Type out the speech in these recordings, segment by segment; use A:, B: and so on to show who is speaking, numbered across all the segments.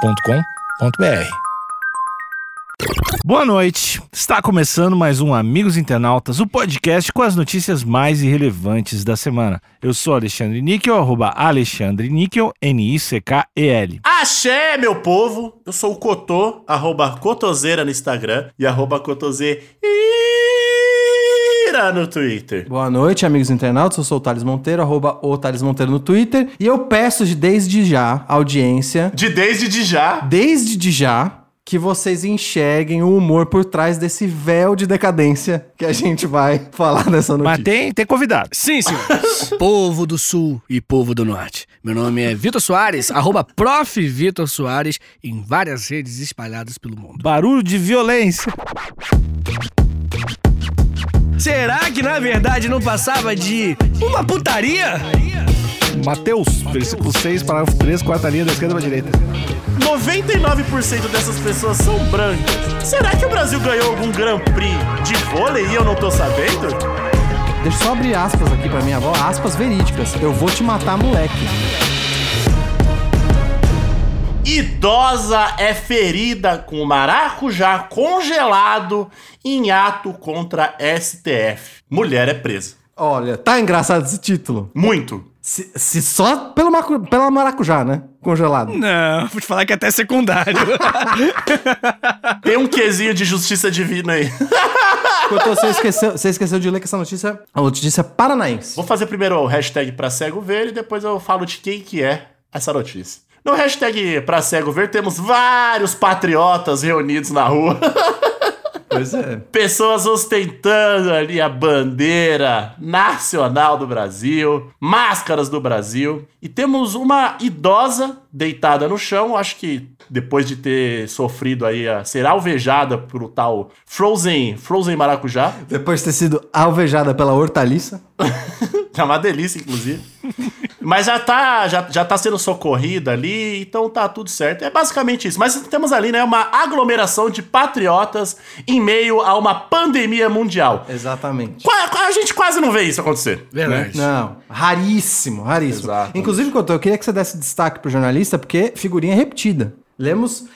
A: agenciadepodcast.com.br.
B: Boa noite. Está começando mais um Amigos Internautas, o podcast com as notícias mais irrelevantes da semana. Eu sou Alexandre Níquel, arroba Alexandre Níquel, N-I-C-K-E-L.
C: Axé, meu povo! Eu sou o Cotô, arroba Cotoseira no Instagram e arroba Cotoseira no Twitter.
D: Boa noite, amigos internautas. Eu sou o Thales Monteiro, arroba o Thales Monteiro no Twitter. E eu peço de desde já, audiência,
C: De desde de já.
D: desde de já, que vocês enxerguem o humor por trás desse véu de decadência que a gente vai falar nessa notícia.
B: Mas tem, tem convidado.
E: Sim, senhores. povo do Sul e povo do Norte. Meu nome é Vitor Soares, arroba prof. Vitor Soares, em várias redes espalhadas pelo mundo.
B: Barulho de violência.
E: Será que na verdade não passava de uma putaria?
B: Mateus, versículo 6, parágrafo 3, quarta linha da esquerda para direita.
C: 99% dessas pessoas são brancas. Será que o Brasil ganhou algum Grand Prix de vôlei e eu não tô sabendo?
D: Deixa eu só abrir aspas aqui pra minha avó, aspas verídicas. Eu vou te matar, moleque.
C: Idosa é ferida com maracujá congelado em ato contra STF. Mulher é presa.
D: Olha, tá engraçado esse título.
C: Muito.
D: Se, se só pelo, macu- pela maracujá, né? Congelado.
E: Não, vou te falar que é até secundário.
C: Tem um quesinho de justiça divina aí.
D: Enquanto você esqueceu, você esqueceu de ler que essa notícia é uma notícia paranaense.
C: Vou fazer primeiro o hashtag pra cego ver e depois eu falo de quem que é essa notícia. No hashtag pra cego ver temos vários patriotas reunidos na rua.
D: Pois é.
C: Pessoas ostentando ali a bandeira nacional do Brasil, máscaras do Brasil. E temos uma idosa deitada no chão, acho que depois de ter sofrido aí a ser alvejada por o tal Frozen, Frozen Maracujá.
D: Depois de ter sido alvejada pela hortaliça.
C: Tá uma delícia, inclusive. Mas já tá, já, já tá sendo socorrida ali, então tá tudo certo. É basicamente isso. Mas temos ali, né, uma aglomeração de patriotas em meio a uma pandemia mundial.
D: Exatamente.
C: Qua- qua- A gente quase não vê isso acontecer.
E: Verdade.
D: Não, raríssimo, raríssimo.
C: Exatamente.
D: Inclusive, Couto, eu queria que você desse destaque pro jornalista, porque figurinha repetida. Lemos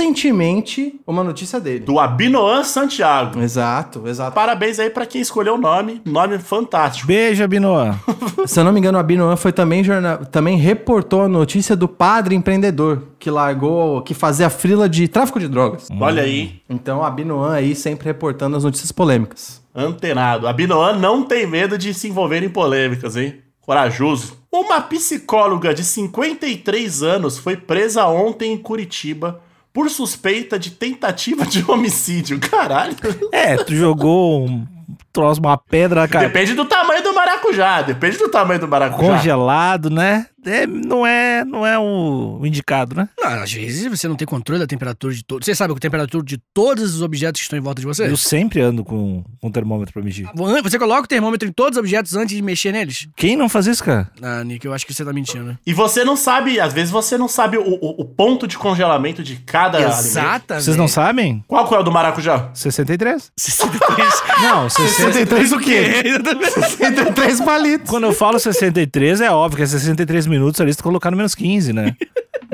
D: recentemente uma notícia dele.
C: Do Abinoan Santiago.
D: Exato, exato.
C: Parabéns aí pra quem escolheu o nome. Nome fantástico.
B: Beijo, Abinoa.
D: Se eu não me engano, a Binoan foi também jorna- também reportou a notícia do padre empreendedor que largou, que fazia frila de tráfico de drogas.
C: Olha aí,
D: Então a Binoan aí sempre reportando as notícias polêmicas.
C: antenado. Abinoan não tem medo de se envolver em polêmicas, hein? Corajoso. Uma psicóloga de 53 anos foi presa ontem em Curitiba por suspeita de tentativa de homicídio. Caralho.
B: É, tu jogou um troço, uma pedra na cara.
C: Depende do tamanho do maracujá. Depende do tamanho do maracujá.
B: Congelado, né? É, não é, não é o, o indicado, né?
E: Não, às vezes você não tem controle da temperatura de todos. Você sabe a temperatura de todos os objetos que estão em volta de
D: É.
E: você?
B: Eu sempre ando com um termômetro pra medir.
E: Você coloca o termômetro em todos os objetos antes de mexer neles?
B: Quem não faz isso, cara?
E: Ah, Nick, eu acho que você tá mentindo.
C: E você não sabe, às vezes você não sabe o, o- o ponto de congelamento de cada alimento.
E: Exatamente.
B: Vocês não sabem?
C: Qual que é o do maracujá?
B: 63?
E: 63.
B: Não, 63.
D: 63 o quê?
E: Exatamente.
D: 63 palitos.
B: Quando eu falo 63, é óbvio que é 63 minutos ali, se tu colocar no menos 15, né?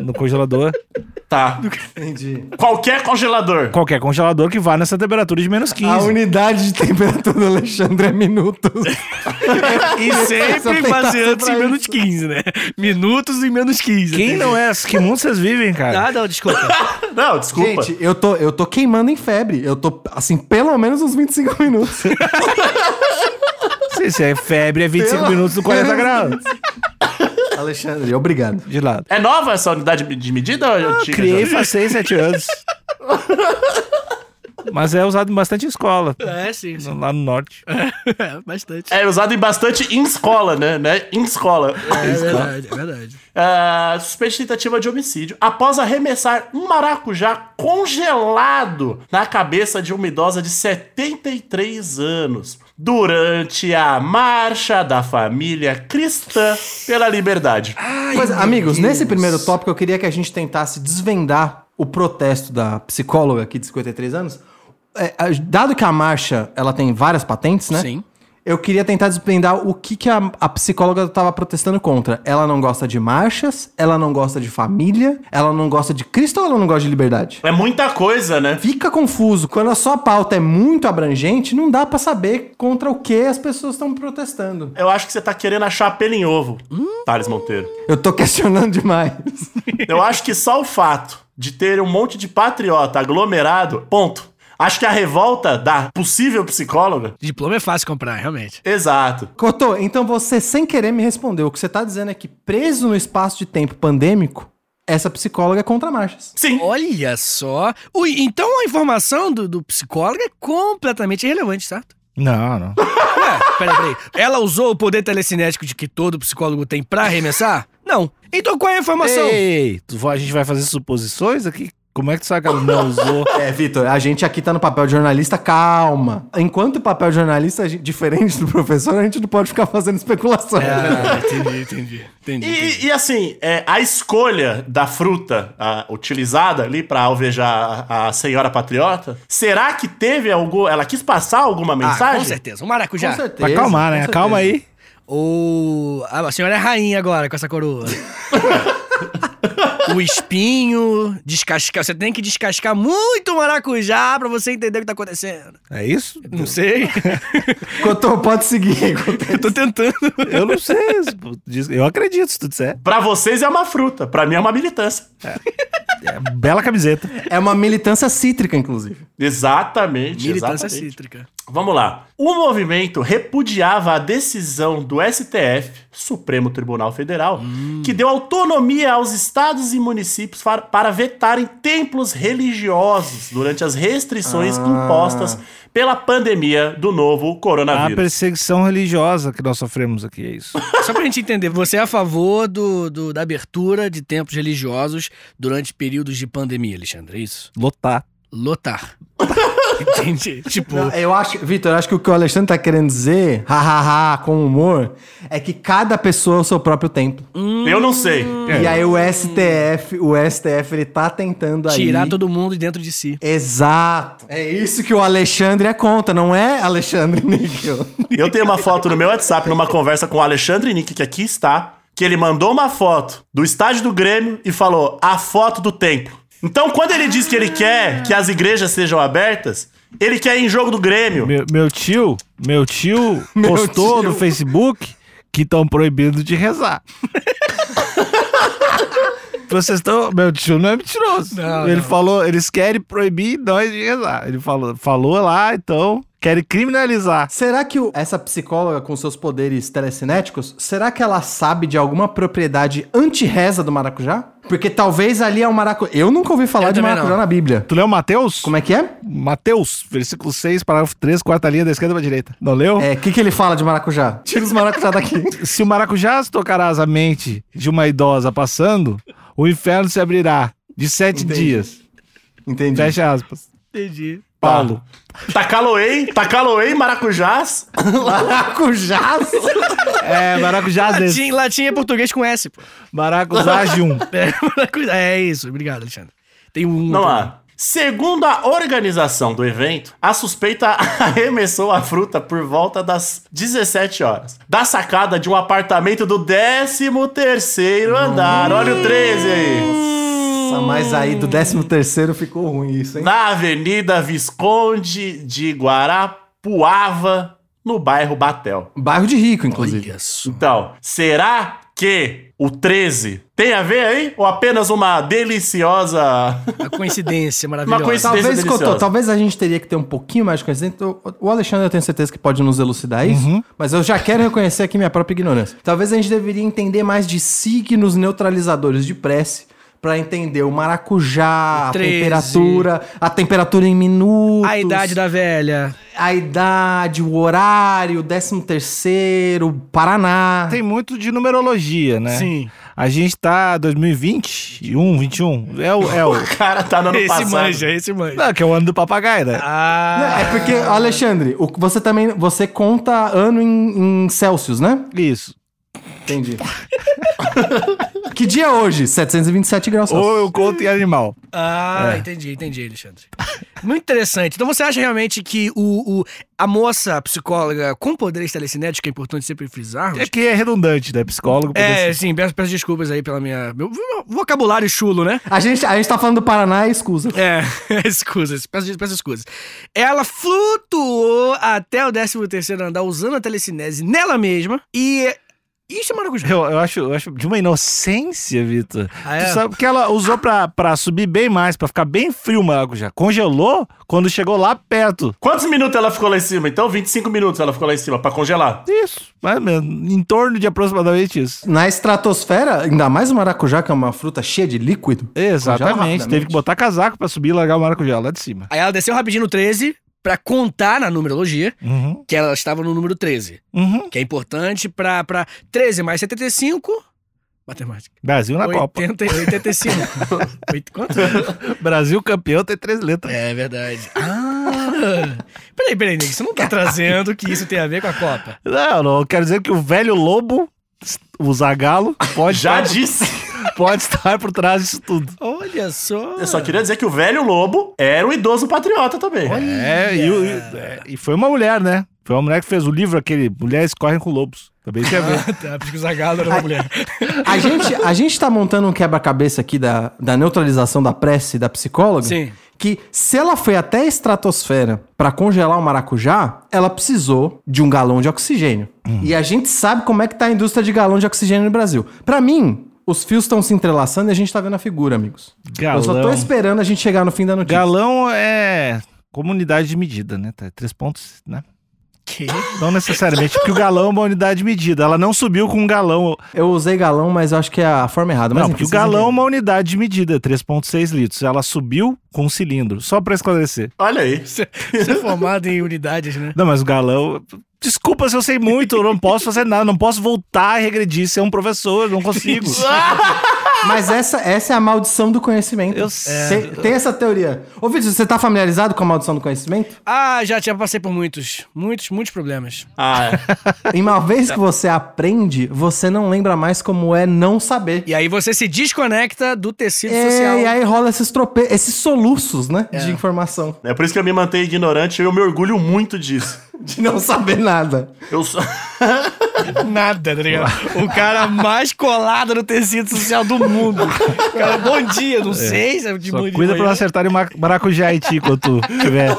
B: No congelador.
C: Tá.
D: Entendi.
C: Qualquer congelador.
B: Qualquer congelador que vá nessa temperatura de menos
D: A
B: 15.
D: unidade de temperatura do Alexandre é minutos.
E: E
D: Só
E: sempre
D: tentar
E: baseando
D: ser
E: em
D: pra
E: menos 15, né? Minutos e menos 15.
B: Quem não é? Que mundo vocês vivem, cara?
E: Ah, não, desculpa.
C: Não, desculpa.
D: Gente, eu tô, eu tô queimando em febre. Eu tô, assim, pelo menos uns 25 minutos.
B: Se, se é febre, é 25
D: Pelo-
B: minutos no 40 graus.
D: Alexandre, obrigado.
B: De lado.
C: É nova essa unidade de medida ou é antiga?
B: Criei
C: já?
B: faz 6, 7 anos. Mas é usado bastante em escola,
E: é, sim. sim.
B: lá no norte.
E: É, bastante.
C: É usado em bastante em escola, né? né? Em escola.
E: É verdade, é verdade.
C: Ah, suspeita de tentativa de homicídio após arremessar um maracujá congelado na cabeça de uma idosa de 73 anos durante a marcha da família cristã pela liberdade.
D: Pois, amigos, nesse primeiro tópico eu queria que a gente tentasse desvendar o protesto da psicóloga aqui de 53 anos. É, a- dado que a marcha ela tem várias patentes, né?
E: Sim.
D: Eu queria tentar desvendar o que, que a, a psicóloga estava protestando contra. Ela não gosta de marchas, ela não gosta de família, ela não gosta de Cristo ou ela não gosta de liberdade?
C: É muita coisa, né?
D: Fica confuso. Quando a sua pauta é muito abrangente, não dá pra saber contra o que as pessoas estão protestando.
C: Eu acho que você tá querendo achar pelo em ovo, Thales Monteiro.
D: Eu tô questionando demais.
C: Eu acho que só o fato de ter um monte de patriota aglomerado, ponto. Acho que a revolta da possível psicóloga.
E: Diploma é fácil comprar, realmente.
C: Exato.
D: Cotô, então você sem querer me respondeu. O que você tá dizendo é que preso no espaço de tempo pandêmico, essa psicóloga é contra marchas.
C: Sim.
E: Olha só. Ui, então a informação do, do psicólogo é completamente irrelevante, certo?
B: Não, não.
E: Ué, peraí, peraí. Ela usou o poder telecinético de que todo psicólogo tem pra arremessar? Não. Então qual é a informação?
B: Ei, tu vai- a gente vai fazer suposições aqui? Como é que tu sabe que ela não usou?
D: É, Vitor, a gente aqui tá no papel de jornalista, calma. Enquanto papel de jornalista, a gente- diferente do professor, a gente não pode ficar fazendo especulação. É.
E: Ah, entendi, entendi. Entendi. entendi.
C: E, e assim, é, a escolha da fruta a, utilizada ali pra alvejar a, a senhora patriota, será que teve algum. Ela quis passar alguma
E: Ah,
C: mensagem?
E: com certeza. Um maracujá.
D: certeza.
B: Pra acalmar, né?
D: com
B: Calma aí.
E: Ou a senhora é rainha agora com essa coroa. o espinho, descascar. Você tem que descascar muito o maracujá pra você entender o que tá acontecendo.
B: É isso?
E: Não sei.
D: certeza. Cotô, pode seguir. Cotô.
E: Eu tô tentando.
B: Eu não sei. Diz- Eu acredito se tu disser.
C: Pra vocês é uma fruta, pra mim é uma militância.
B: Bela camiseta.
D: É uma militância cítrica, inclusive.
C: Exatamente.
E: Militância
C: exatamente.
E: cítrica.
C: Vamos lá. O movimento repudiava a decisão do STF, Supremo Tribunal Federal, que deu autonomia aos estados e municípios fa- para vetarem templos religiosos durante as restrições
D: Ah.
C: impostas pela pandemia do novo
B: A
C: coronavírus.
B: perseguição religiosa que nós sofremos aqui, é isso.
E: Só pra gente entender, você é a favor do, do- da abertura de templos religiosos durante períodos de pandemia, Alexandre? É isso?
B: Lotar.
E: Lotar. Entendi. Tipo,
D: Não, eu acho, Vitor, eu acho que o que o Alexandre tá querendo dizer, hahaha, com humor, é que cada pessoa é o seu próprio templo.
E: Hum.
C: Eu não sei.
E: É.
D: E aí o STF, o STF, ele tá tentando aí...
E: tirar todo mundo de dentro de si.
D: Exato. É isso que o Alexandre é contra, não é Alexandre Níquel?
C: Eu tenho uma foto no meu WhatsApp, numa conversa com o Alexandre Nick, que aqui está, que ele mandou uma foto do estádio do Grêmio e falou a foto do templo. Então, quando ele diz que ele quer que as igrejas sejam abertas, ele quer ir em jogo do Grêmio.
B: Meu, meu tio, meu tio postou no Facebook que estão proibindo de rezar. Vocês estão. Meu tio não é mentiroso.
E: Não,
B: ele
E: não.
B: falou, eles querem proibir nós de rezar. Ele falou, falou lá, então, querem criminalizar.
D: Será que o- essa psicóloga com seus poderes telecinéticos, será que ela sabe de alguma propriedade anti-reza do maracujá? Porque talvez ali é um maracujá. Eu nunca ouvi falar
E: Eu
D: de
E: também
D: maracujá
E: não.
D: na Bíblia.
B: Tu leu Mateus?
D: Como é que é?
B: Mateus, versículo 6, parágrafo 3, quarta linha da esquerda pra direita. Não leu?
D: É, o que, que ele fala de maracujá? Tira os maracujá daqui.
B: Se o maracujá tocarás a mente de uma idosa passando, o inferno se abrirá de sete
D: Entendi.
B: dias.
D: Entendi.
B: Fecha aspas.
E: Entendi.
B: Paulo.
C: Tá Tacaloei, Tacaloei, Maracujás.
D: Maracujá?
B: É, maracujá desse.
E: Latim, latim é português com S, pô.
B: Maracujá Jum.
E: É, é isso. Obrigado, Alexandre. Tem um.
C: Não há. Segundo a organização do evento, a suspeita arremessou a fruta por volta das 17 horas da sacada de um apartamento do 13º andar. Olha o 13 aí.
D: Nossa, mas aí do 13 terceiro ficou ruim isso, hein?
C: na Avenida Visconde de Guarapuava, no bairro Batel.
D: Bairro de rico, inclusive.
E: Olha só.
C: Então, será que o 13 tem a ver aí? Ou apenas uma deliciosa.
E: Uma coincidência maravilhosa.
C: Uma coincidência.
D: Talvez,
C: deliciosa.
D: Cotô, talvez a gente teria que ter um pouquinho mais de conhecimento. O- O Alexandre, eu tenho certeza que pode nos elucidar isso, mas eu já quero reconhecer aqui minha própria ignorância. Talvez a gente deveria entender mais de signos neutralizadores de presse pra entender o maracujá, a
E: 13.
D: temperatura, a temperatura em minutos,
E: A idade da velha.
D: a idade, o horário, o décimo terceiro, o Paraná.
B: Tem muito de numerologia, né?
E: Sim.
B: A gente tá 2021, 21. É o. É o
C: O cara tá no ano
E: esse
C: passado.
E: manja, esse manja.
B: não, que é o ano do papagaio, né?
D: Não,
E: Ah,
D: É porque, Alexandre, o- você também você conta ano em- em Celsius, né?
B: Isso.
D: Entendi. que dia é hoje? 727 graus
B: Ou
D: Celsius.
B: eu conto em animal.
E: É. ah entendi, entendi, Alexandre. Muito interessante. Então você acha realmente que o, o- a moça psicóloga com poderes telecinéticos, que é importante sempre frisar,
B: É que é redundante, né? Psicólogo.
E: é,
B: poder-
E: sim, peço, peço desculpas aí pela minha. Meu meu vocabulário chulo, né?
D: A gente, a gente tá falando do Paraná, excusa.
E: É, escusas, peço, peço escusas. Ela flutuou até o 13 terceiro andar usando a telecinese nela mesma e. Isso é maracujá.
B: Eu, eu acho, eu acho de uma inocência, Vitor.
E: Ah, é?
B: Tu sabe que ela usou pra, pra subir bem mais, pra ficar bem frio o maracujá. Congelou quando chegou lá perto.
C: Quantos minutos ela ficou lá em cima? Então, 25 minutos ela ficou lá em cima, pra congelar.
B: Isso, mais ou menos, em torno de aproximadamente isso.
D: Na estratosfera, ainda mais o maracujá, que é uma fruta cheia de líquido.
B: Exatamente.
D: rapidamente.
B: Teve que botar casaco pra subir e largar o maracujá lá de cima.
E: Aí ela desceu rapidinho no 13 pra contar na numerologia
B: Uhum,
E: que ela estava no número 13.
B: uhum.
E: Que é importante pra, pra 13 mais 75. Matemática.
B: Brasil na Copa.
E: 80, 85. Oito, quanto?
B: Brasil campeão tem três letras.
E: É verdade. Ah! Peraí, peraí, Nick, você não tá trazendo que isso tem a ver com a Copa?
B: Não, não, eu quero dizer que o velho lobo, o Zagalo, pode,
C: Já
B: estar,
C: disse.
B: pode estar por trás disso tudo.
E: Olha só.
C: Eu só queria dizer que o velho lobo era um idoso patriota também.
B: É, e, o- e- é, e foi uma mulher, né? Foi uma mulher que fez o livro aquele Mulheres Correm com Lobos. Também tem a ver.
E: Ah, tá, porque o Zagalo era uma mulher.
D: A gente, a gente tá montando um quebra-cabeça aqui da, da neutralização da prece da psicóloga.
E: Sim.
D: Que se ela foi até a estratosfera pra congelar o maracujá, ela precisou de um galão de oxigênio.
B: Hum.
D: E a gente sabe como é que tá a indústria de galão de oxigênio no Brasil. Pra mim, os fios estão se entrelaçando e a gente tá vendo a figura, amigos. Eu só tô
B: Galão.
D: esperando a gente chegar no fim da notícia.
B: Galão é comunidade de medida, né? Tá, Três pontos, né?
E: Que?
B: Não necessariamente, porque o galão é uma unidade de medida. Ela não subiu com um galão.
D: Eu usei galão, mas eu acho que é a forma errada. Mas
B: Não,
D: enfim,
B: porque o
D: vocês
B: galão é
D: entenderam.
B: uma unidade de medida, 3,6 litros. Ela subiu com um cilindro, só pra esclarecer.
C: Olha aí.
E: Você você é formado em unidades, né?
B: Não, mas o galão. Desculpa se eu sei muito, eu não posso fazer nada, não posso voltar a regredir, ser um professor, não consigo.
E: Ah,
D: Mas essa, essa é a maldição do conhecimento.
B: Eu
D: Cê- Tem essa teoria. Ô, Vitor, você tá familiarizado com a maldição do conhecimento?
E: Ah, já, já passei por muitos, muitos, muitos problemas.
C: Ah, é.
D: E uma vez que você aprende, você não lembra mais como é não saber.
E: E aí você se desconecta do tecido social.
D: É, e aí rola esses trope... esses soluços, né? De informação.
C: é por isso que eu me mantenho ignorante e eu me orgulho muito disso.
D: De não saber nada.
C: Eu sou.
E: Nada, tá ligado? O cara mais colado no tecido social do mundo. O cara, bom dia, não sei, sabe? De
B: Só cuida
E: manhã- de
B: Tipo, pra não
E: manhã.
B: acertarem o ma- maracujá em ti quando tu estiver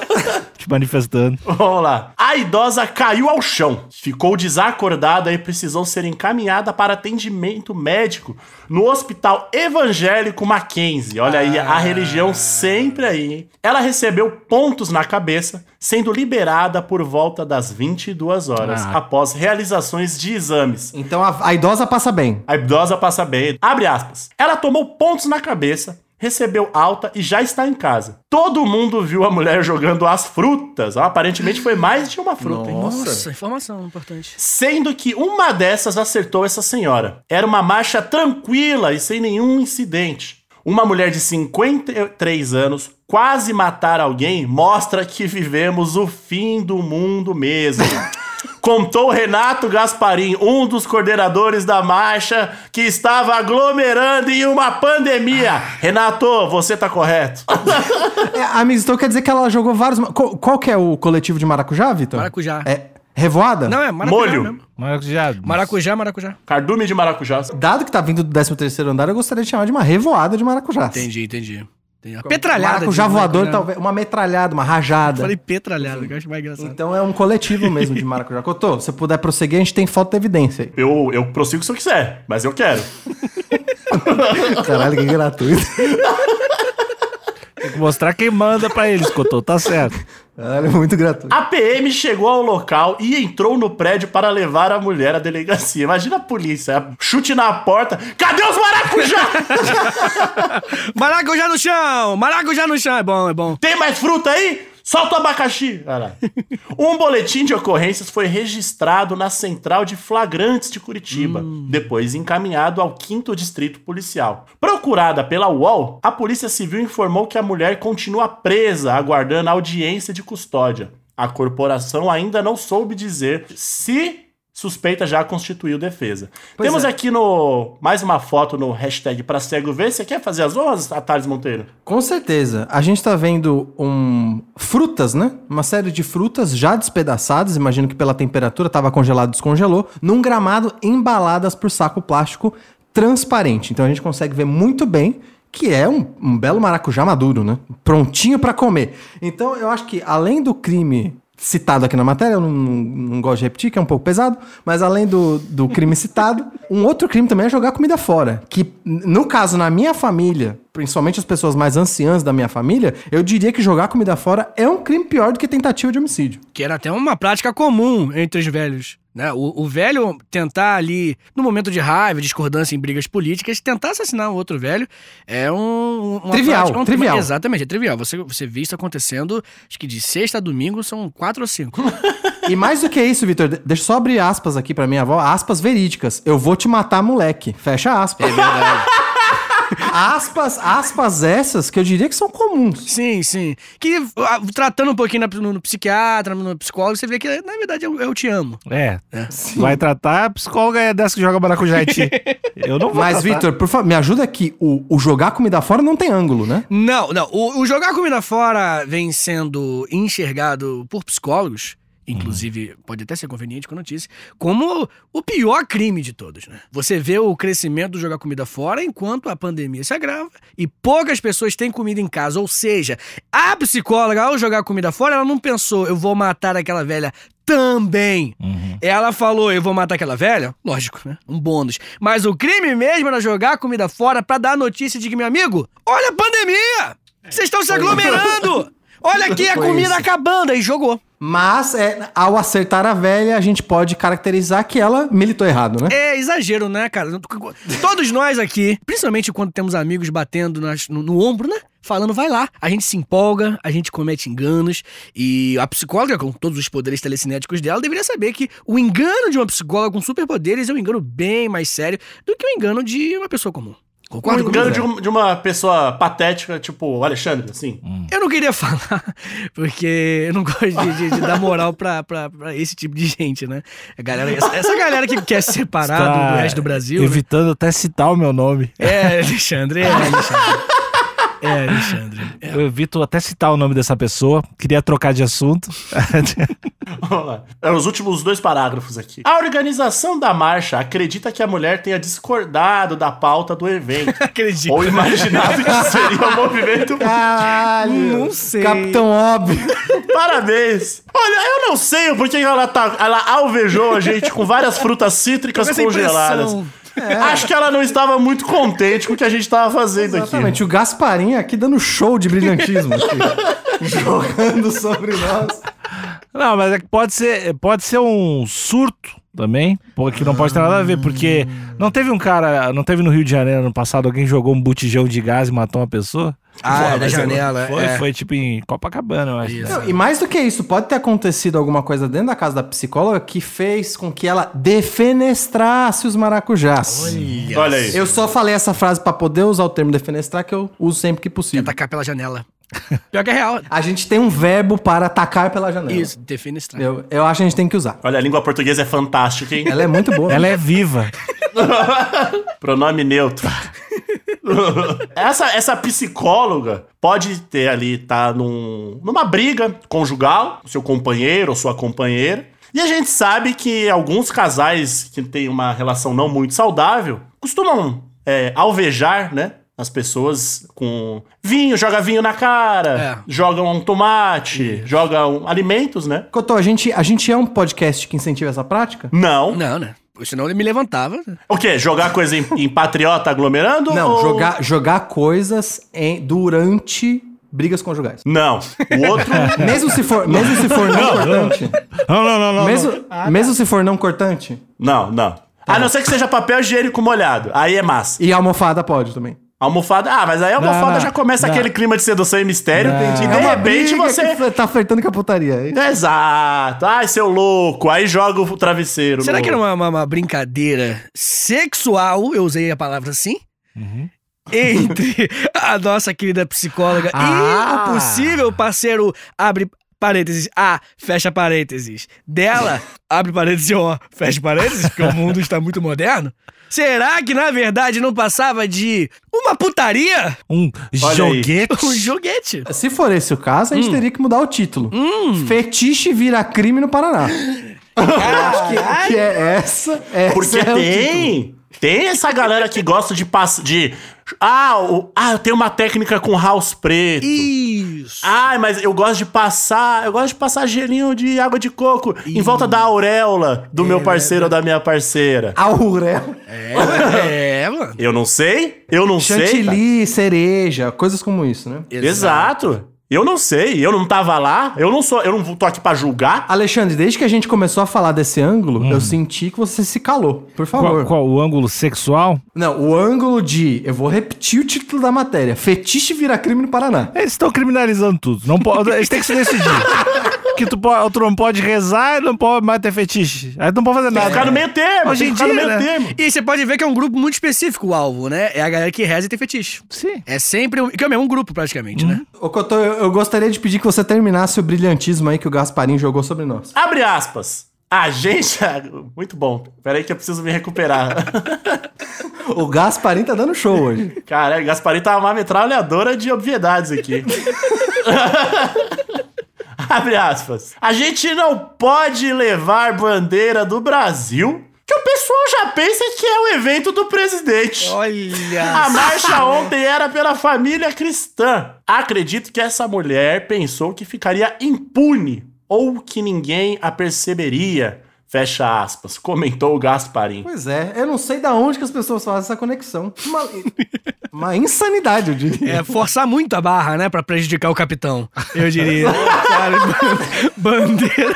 B: te manifestando.
C: Vamos lá. A idosa caiu ao chão, ficou desacordada e precisou ser encaminhada para atendimento médico no Hospital Evangélico Mackenzie. Olha aí, a religião sempre aí. hein? Ela recebeu pontos na cabeça, sendo liberada por volta das 22 horas
B: Ah.
C: após realizações de exames.
D: Então a, a idosa passa bem.
C: A idosa passa bem. Abre aspas. Ela tomou pontos na cabeça, recebeu alta e já está em casa. Todo mundo viu a mulher jogando as frutas. Ah, aparentemente foi mais de uma fruta, hein?
E: Nossa, informação importante.
C: Sendo que uma dessas acertou essa senhora. Era uma marcha tranquila e sem nenhum incidente. Uma mulher de 53 anos quase matar alguém mostra que vivemos o fim do mundo mesmo. Contou Renato Gasparim, um dos coordenadores da marcha, que estava aglomerando em uma pandemia. Renato, você tá correto.
D: É, amigos, então quer dizer que ela jogou vários. ma- Qual, qual que é o coletivo de maracujá, Vitor?
E: Maracujá.
D: É revoada?
E: Não, é maracujá
C: Molho.
E: mesmo.
B: Maracujá.
E: Maracujá, maracujá.
C: Cardume de maracujá.
D: Dado que tá vindo do 13 terceiro andar, eu gostaria de chamar de uma revoada de maracujá.
E: Entendi, entendi. Entendi. Uma Petralhada.
D: Maracujá
E: de
D: voador,
E: maracujá.
D: talvez. Uma metralhada, uma rajada.
E: Falei petralhada, que eu acho mais engraçado.
D: Então é um coletivo mesmo de maracujá. Cotô, se puder prosseguir, a gente tem foto de evidência aí.
C: Eu, eu prossigo se eu quiser, mas eu quero.
D: Caralho, que gratuito.
B: Tem que mostrar quem manda pra eles, Cotô, tá certo.
D: Caralho, muito gratuito.
C: A PM chegou ao local e entrou no prédio para levar a mulher à delegacia. Imagina a polícia, chute na porta. Cadê os maracujá?
E: Maracujá no chão! Maracujá no chão! É bom, é bom.
C: Tem mais fruta aí? Solta o abacaxi! Vai lá. Um boletim de ocorrências foi registrado na central de flagrantes de Curitiba, depois encaminhado ao 5 Distrito Policial. Procurada pela UOL, a Polícia Civil informou que a mulher continua presa, aguardando a audiência de custódia. A corporação ainda não soube dizer se Suspeita já constituiu defesa. Temos aqui no mais uma foto no hashtag pra cego ver. Você quer fazer as honras, Thales Monteiro?
D: Com certeza. A gente tá vendo um frutas, né? Uma série de frutas já despedaçadas, imagino que pela temperatura tava congelado, descongelou, num gramado embaladas por saco plástico transparente. Então a gente consegue ver muito bem que é um, um belo maracujá maduro, né? Prontinho pra comer. Então eu acho que além do crime citado aqui na matéria, eu não, não- não gosto de repetir, que é um pouco pesado, mas além do, do crime citado, um outro crime também é jogar comida fora. Que, n- no caso, na minha família, principalmente as pessoas mais anciãs da minha família, eu diria que jogar comida fora é um crime pior do que tentativa de homicídio.
E: Que era até uma prática comum entre os velhos. Né? O, o velho tentar ali, no momento de raiva, discordância em brigas políticas, tentar assassinar um outro velho é um. uma
D: Trivial,
E: prática- um-
D: trivial.
E: Exatamente, é trivial. Você, você vê isso acontecendo, acho que de sexta a domingo são quatro ou cinco. Né,
D: E mais do que isso, Vitor, de- deixa eu só abrir aspas aqui pra minha avó, aspas verídicas. Eu vou te matar, moleque. Fecha aspas. aspas, aspas essas que eu diria que são comuns.
E: Sim, sim. Que ah, tratando um pouquinho na- no, no psiquiatra, no psicólogo, você vê que, na verdade, eu, eu te amo.
B: É. Vai tratar, a psicóloga é dessa que joga maracujá em ti. Eu não vou
D: Mas,
B: tratar.
D: Vitor, por favor, me ajuda aqui. O, o jogar comida fora não tem ângulo, né?
E: Não, não. O, o jogar comida fora vem sendo enxergado por psicólogos, inclusive pode até ser conveniente com a notícia, como o pior crime de todos, né? Você vê o crescimento do jogar comida fora enquanto a pandemia se agrava e poucas pessoas têm comida em casa. Ou seja, a psicóloga, ao jogar comida fora, ela não pensou, eu vou matar aquela velha também.
B: Uhum.
E: Ela falou, eu vou matar aquela velha? Lógico, né? Um bônus. Mas o crime mesmo era jogar a comida fora pra dar a notícia de que, meu amigo, olha a pandemia! Vocês estão se aglomerando! Olha aqui a
D: É, Foi
E: comida
D: isso.
E: acabando! Aí jogou.
D: Mas, é, ao acertar a velha, a gente pode caracterizar que ela militou errado, né?
E: É exagero, né, cara? Todos nós aqui, principalmente quando temos amigos batendo nas- no, no ombro, né? Falando, vai lá. A gente se empolga, a gente comete enganos. E a psicóloga, com todos os poderes telecinéticos dela, deveria saber que o engano de uma psicóloga com superpoderes é um engano bem mais sério do que o engano de uma pessoa comum.
C: Um
E: Concordo
C: engano de,
E: comigo,
C: um- de uma pessoa patética, tipo o Alexandre, assim.
E: velho? Eu não queria falar, porque eu não gosto de, de- de dar moral pra, pra- pra esse tipo de gente, né? A galera, essa, essa galera que quer se separar do, do resto do Brasil. né?
B: Tá Evitando até citar o meu nome.
E: É, Alexandre, é, Alexandre. É, Alexandre.
B: Eu evito até citar o nome dessa pessoa. Queria trocar de assunto.
C: Vamos lá. É os últimos dois parágrafos aqui. A organização da marcha acredita que a mulher tenha discordado da pauta do evento.
E: Acredito.
C: ou imaginado que seria um movimento.
D: Caralho!
E: Não sei.
B: Então,
D: Capitão Óbvio.
C: Parabéns! Olha, eu não sei o porquê que ela tá. Ela alvejou a gente com várias frutas cítricas
E: Com essa
C: congeladas.
E: impressão.
C: Acho que ela não estava muito contente com o que a gente estava fazendo aqui.
D: Exatamente, o Gasparim aqui dando show de brilhantismo. aqui. jogando sobre nós.
B: Não, mas é que pode ser, pode ser um surto também, porque não pode ter nada a ver, porque não teve um cara, não teve no Rio de Janeiro ano passado, alguém jogou um botijão de gás e matou uma pessoa?
E: Ah, é da janela.
B: Foi,
E: é.
B: foi tipo em Copacabana, eu acho.
E: Isso.
D: Não, e mais do que isso, pode ter acontecido alguma coisa dentro da casa da psicóloga que fez com que ela defenestrasse os maracujás.
C: Olha aí.
D: Eu só falei essa frase pra poder usar o termo defenestrar, que eu uso sempre que
E: Quer
D: possível.
E: atacar Tá pela janela. Pior que é real.
D: A gente tem um verbo para atacar pela janela.
E: Isso, defenestrar.
D: Eu, eu acho que a gente tem que usar.
C: Olha, a língua portuguesa é fantástica, hein?
D: Ela é muito boa.
B: Ela é viva.
C: Pronome neutro. essa, essa psicóloga pode ter ali, tá num, numa briga conjugal, seu companheiro ou sua companheira. E a gente sabe que alguns casais que têm uma relação não muito saudável costumam é, alvejar, né? As pessoas com vinho, joga vinho na cara,
E: É.
C: jogam um tomate, jogam alimentos, né?
D: Cotô, a gente, a gente é um podcast que incentiva essa prática?
C: Não.
E: Não, né? Senão ele me levantava.
C: O quê? Jogar coisa em, em patriota aglomerando?
D: Não,
C: ou-
D: jogar, jogar coisas em- durante brigas conjugais.
C: Não. O outro.
D: Mesmo se for, mesmo se for não cortante.
B: Não, não, não, não.
D: Mesmo, mesmo se for não cortante.
C: Não, não.
D: Tá
C: A não ser que seja papel higiênico molhado. Aí é massa.
D: E almofada pode também.
C: Almofada. Ah, mas aí a almofada
B: não,
C: já começa
B: não.
C: aquele clima de sedução e mistério. E de
D: É uma
C: repente
D: briga
C: você.
D: que fl- tá flertando com a putaria.
C: Exato. Ai, seu louco. Aí joga o travesseiro.
E: Será
C: no-
E: que era uma, uma- uma brincadeira sexual? Eu usei a palavra assim.
B: Uhum.
E: Entre a nossa querida psicóloga e
D: Ah.
E: o possível parceiro abre parênteses, A, fecha parênteses, dela, abre parênteses, O, fecha parênteses, porque o mundo está muito moderno. Será que na verdade não passava de uma putaria?
B: Um
C: Olha aí.
B: joguete.
E: Um joguete.
D: Se for esse o caso, a
C: Hum.
D: gente teria que mudar o título. Fetiche vira crime no Paraná. Eu acho que, que é essa. essa
C: Porque
D: é o título.
C: tem. Tem essa galera que gosta de passar. De, ah, o- ah, eu tenho uma técnica com house preto.
E: Isso.
C: Ai, mas eu gosto de passar. Eu gosto de passar gelinho de água de coco em volta da auréola do
D: É,
C: meu parceiro ou
D: né,
C: da minha parceira.
D: Aurel,
E: É, mano.
C: Eu não sei. Eu não sei. cara.
D: chantilly, cereja, coisas como isso, né?
C: Exato. Eu não sei. Eu não tava lá. Eu não sou. Eu não tô aqui pra julgar.
B: Ah,
D: Alexandre, desde que a gente começou a falar desse ângulo, eu senti que você se calou. Por favor.
B: Uhum. Qual, qual, o ângulo sexual?
D: Não, o ângulo de. Eu vou repetir o título da matéria: Fetiche vira crime no Paraná.
B: Eles estão criminalizando tudo. Não pode, eles têm que se decidir. que tu, pode, tu não pode rezar e não pode mais ter fetiche. Aí tu não pode fazer nada.
C: Ficar no meio termo.
B: Hoje
C: tem
B: em
C: que ficar no
B: dia,
C: meio
B: né?
C: termo.
E: E você pode ver que é um grupo muito específico o alvo, né? É a galera que reza e tem fetiche.
B: Sim.
E: É sempre um, que é o mesmo grupo, praticamente, né?
D: Ô, Cotô, eu, eu gostaria de pedir que você terminasse o brilhantismo aí que o Gasparim jogou sobre nós.
C: Abre aspas. A gente. Muito bom. Peraí que eu preciso me recuperar.
D: O Gasparim tá dando show hoje.
C: Caralho, Gasparim tá uma metralhadora de obviedades aqui. Abre aspas. A gente não pode levar bandeira do Brasil, que o pessoal já pensa que é o evento do presidente.
E: Olha.
C: A marcha ontem era pela família cristã. Acredito que essa mulher pensou que ficaria impune ou que ninguém a perceberia. Fecha aspas, comentou o Gasparim.
D: Pois é, eu não sei da onde que as pessoas fazem essa conexão. Uma, uma insanidade, eu diria.
E: É forçar muito a barra, né? Pra prejudicar o capitão, eu diria. Cara, bandeira,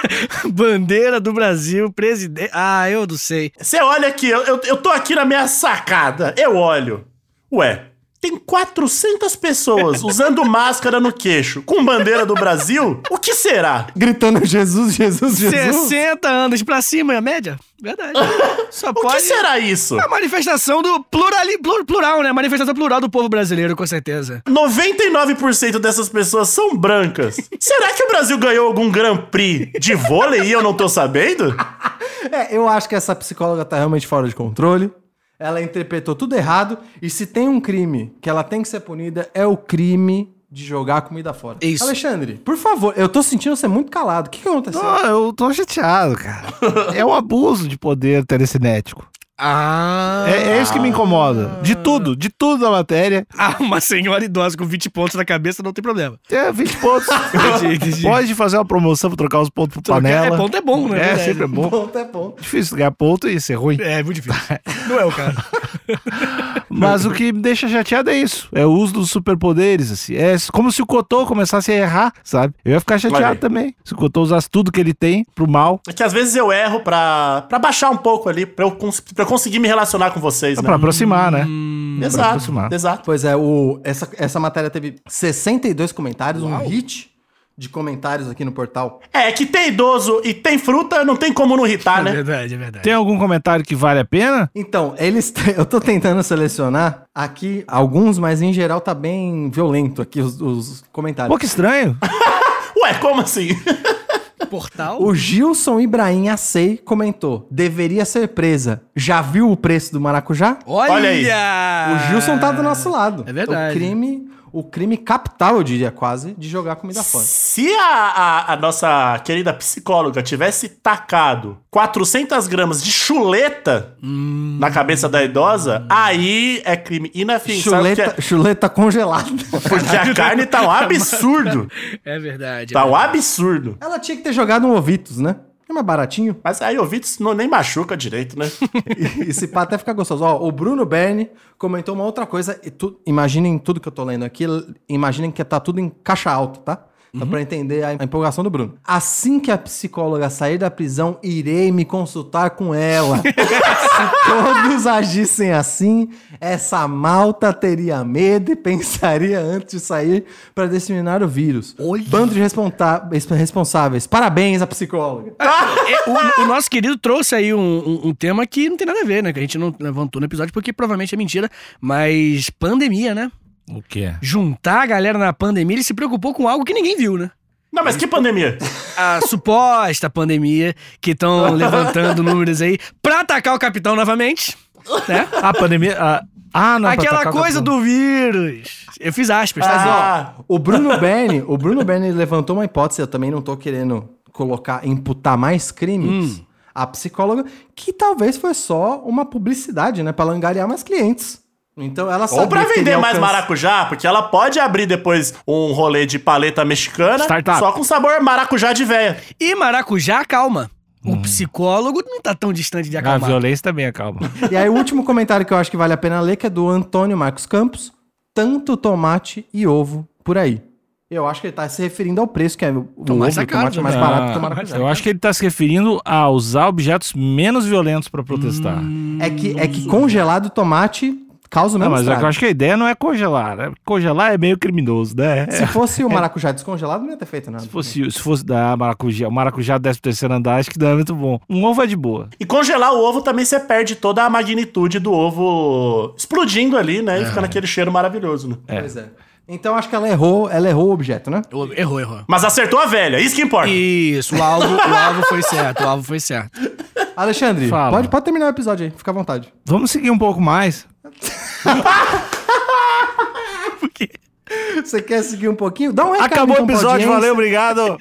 E: bandeira do Brasil, presidente. Ah, eu não sei.
C: Você olha aqui, eu, eu, eu tô aqui na minha sacada. Eu olho. Ué, tem 400 pessoas usando máscara no queixo com bandeira do Brasil? O que será?
D: Gritando Jesus, Jesus,
B: é
D: Jesus.
E: 60 anos pra cima é a média? Verdade. Só
C: O que
E: pode.
C: será isso?
E: É a manifestação do plurali, plur- plural, né? Manifestação plural do povo brasileiro, com certeza.
C: 99% dessas pessoas são brancas. Será que o Brasil ganhou algum Grand Prix de vôlei e eu não tô sabendo?
D: É, eu acho que essa psicóloga tá realmente fora de controle. Ela interpretou tudo errado. E se tem um crime que ela tem que ser punida, é o crime de jogar a comida fora.
E: Isso.
D: Alexandre, por favor, eu tô sentindo você muito calado. O que, que aconteceu?
B: Não, eu tô chateado, cara. É um abuso de poder telecinético.
E: Ah.
B: É, é isso que me incomoda. De tudo, de tudo da matéria.
E: Ah, uma senhora idosa com 20 pontos na cabeça não tem problema.
B: É 20 pontos.
E: Entendi, entendi.
B: Pode fazer uma promoção pra trocar os pontos pro
E: Trocar-
B: panela.
E: é, ponto é bom, né?
B: É,
E: Verdade.
B: sempre é bom.
D: Ponto é ponto.
B: Difícil ganhar ponto e ser ruim.
E: É, muito difícil. Não é o caso.
B: Mas o que me deixa chateado é isso. É o uso dos superpoderes, assim. É como se o Cotô começasse a errar, sabe? Eu ia ficar
C: Olha aí.
B: chateado também. Se o Cotô usasse tudo que ele tem pro mal,
C: É que às vezes eu erro pra, pra baixar um pouco ali, pra eu, cons- pra eu conseguir me relacionar com vocês,
B: pra
C: né?
B: aproximar, né?
E: Hum.
B: pra
C: Exato,
B: aproximar.
C: exato.
D: Pois é, o, essa, essa matéria teve 62 comentários, um hit de comentários aqui no portal.
C: É, que tem idoso e tem fruta, não tem como não irritar,
E: É
C: né?
E: verdade, é verdade.
B: Tem algum comentário que vale a pena?
D: Então, eles. te- Eu tô tentando selecionar aqui alguns, mas em geral tá bem violento aqui os, os comentários.
B: Pô, que estranho.
C: Ué, como assim?
E: Portal?
D: O Gilson Ibrahim Acei comentou: deveria ser presa. Já viu o preço do maracujá?
E: Olha!
C: Olha aí.
D: O Gilson tá do nosso lado.
E: É verdade.
D: O crime, o crime capital, eu diria quase, de jogar
B: Tá
D: comida fora.
C: Se a, a- a nossa querida psicóloga tivesse tacado 400 gramas de chuleta
B: Hum.
C: na cabeça da idosa, aí é crime inafiançável.
D: Chuleta,
C: Porque,
D: chuleta congelada.
C: porque a carne tá um absurdo.
E: É verdade.
C: Tá
E: é
C: um
E: verdade.
C: absurdo.
D: Ela tinha que ter jogado um ovitos, né? É mais baratinho.
C: Mas aí o Vitor não nem machuca direito, né?
D: E Esse pá até fica gostoso. Ó, o Bruno Berne comentou uma outra coisa. E tu- imaginem tudo que eu tô lendo aqui. l- Imaginem que tá tudo em caixa alta, tá? Então, pra entender a a empolgação do Bruno. Assim que a psicóloga sair da prisão, irei me consultar com ela. Se todos agissem assim, essa malta teria medo e pensaria antes de sair pra disseminar o vírus.
E: Olha.
D: Bando de responta- responsáveis. Parabéns à psicóloga.
E: É, o, o nosso querido trouxe aí um, um- um tema que não tem nada a ver, né? Que a gente não levantou no episódio porque provavelmente é mentira. Mas pandemia, né?
B: O quê?
E: Juntar a galera na pandemia, ele se preocupou com algo que ninguém viu, né?
C: Não, mas que pandemia?
E: a suposta pandemia que estão levantando números aí pra atacar o capitão novamente. Né?
B: A pandemia. a- Ah, não. é pra
E: Aquela
B: atacar o
E: coisa
B: capitão.
E: do vírus. Eu fiz aspas, tá?
D: Mas, ó,
C: Ah.
D: o Bruno Berni, o Bruno Berni levantou uma hipótese, eu também não tô querendo colocar, imputar mais
B: Hum.
D: crimes. A psicóloga, que talvez foi só uma publicidade, né? Pra langariar mais clientes. Então ela
C: Ou
D: sabia
C: pra
D: que teria
C: vender mais
D: alcance.
C: maracujá, porque ela pode abrir depois um rolê de paleta mexicana
B: Startup.
C: só com sabor maracujá de véia.
E: E maracujá calma. O psicólogo não tá tão distante de
B: A
E: acalmar.
B: violência também acalma.
D: E aí o último comentário que eu acho que vale a pena ler, que é do Antônio Marcos Campos. Tanto tomate e ovo por aí. Eu acho que ele tá se referindo ao preço, que é o
E: Tomate
D: ovo
E: tá
D: e
E: caro,
D: tomate é mais
E: né?
D: barato que o
B: Ah,
D: maracujá.
B: Eu acho que ele tá se referindo a usar objetos menos violentos pra protestar.
D: É que, é que congelado tomate causa o
B: Hum, Não,
D: mesmo
B: mas
D: estrago.
B: eu acho que a ideia não é congelar. né? Congelar é meio criminoso, né?
D: Se fosse o maracujá descongelado, não ia ter feito nada.
B: Se fosse, se fosse da maracujá, o maracujá do 13 terceiro andar, acho que não é muito bom. Um ovo é de boa.
C: E congelar o ovo também você perde toda a magnitude do ovo explodindo ali, né? E
D: É.
C: fica naquele cheiro maravilhoso, né?
D: Pois é. Então acho que ela errou, ela errou o objeto, né?
E: Eu- Errou, errou.
C: Mas acertou a velha, isso que importa.
E: Isso, o alvo, o alvo foi certo, o alvo foi certo.
D: Alexandre,
B: Fala.
D: pode, pode terminar o episódio aí, fica à vontade.
B: Vamos seguir um pouco mais.
D: Você quer seguir um pouquinho? Dá um recado.
B: Acabou o
D: então pra
B: episódio,
D: audiência.
B: valeu, obrigado.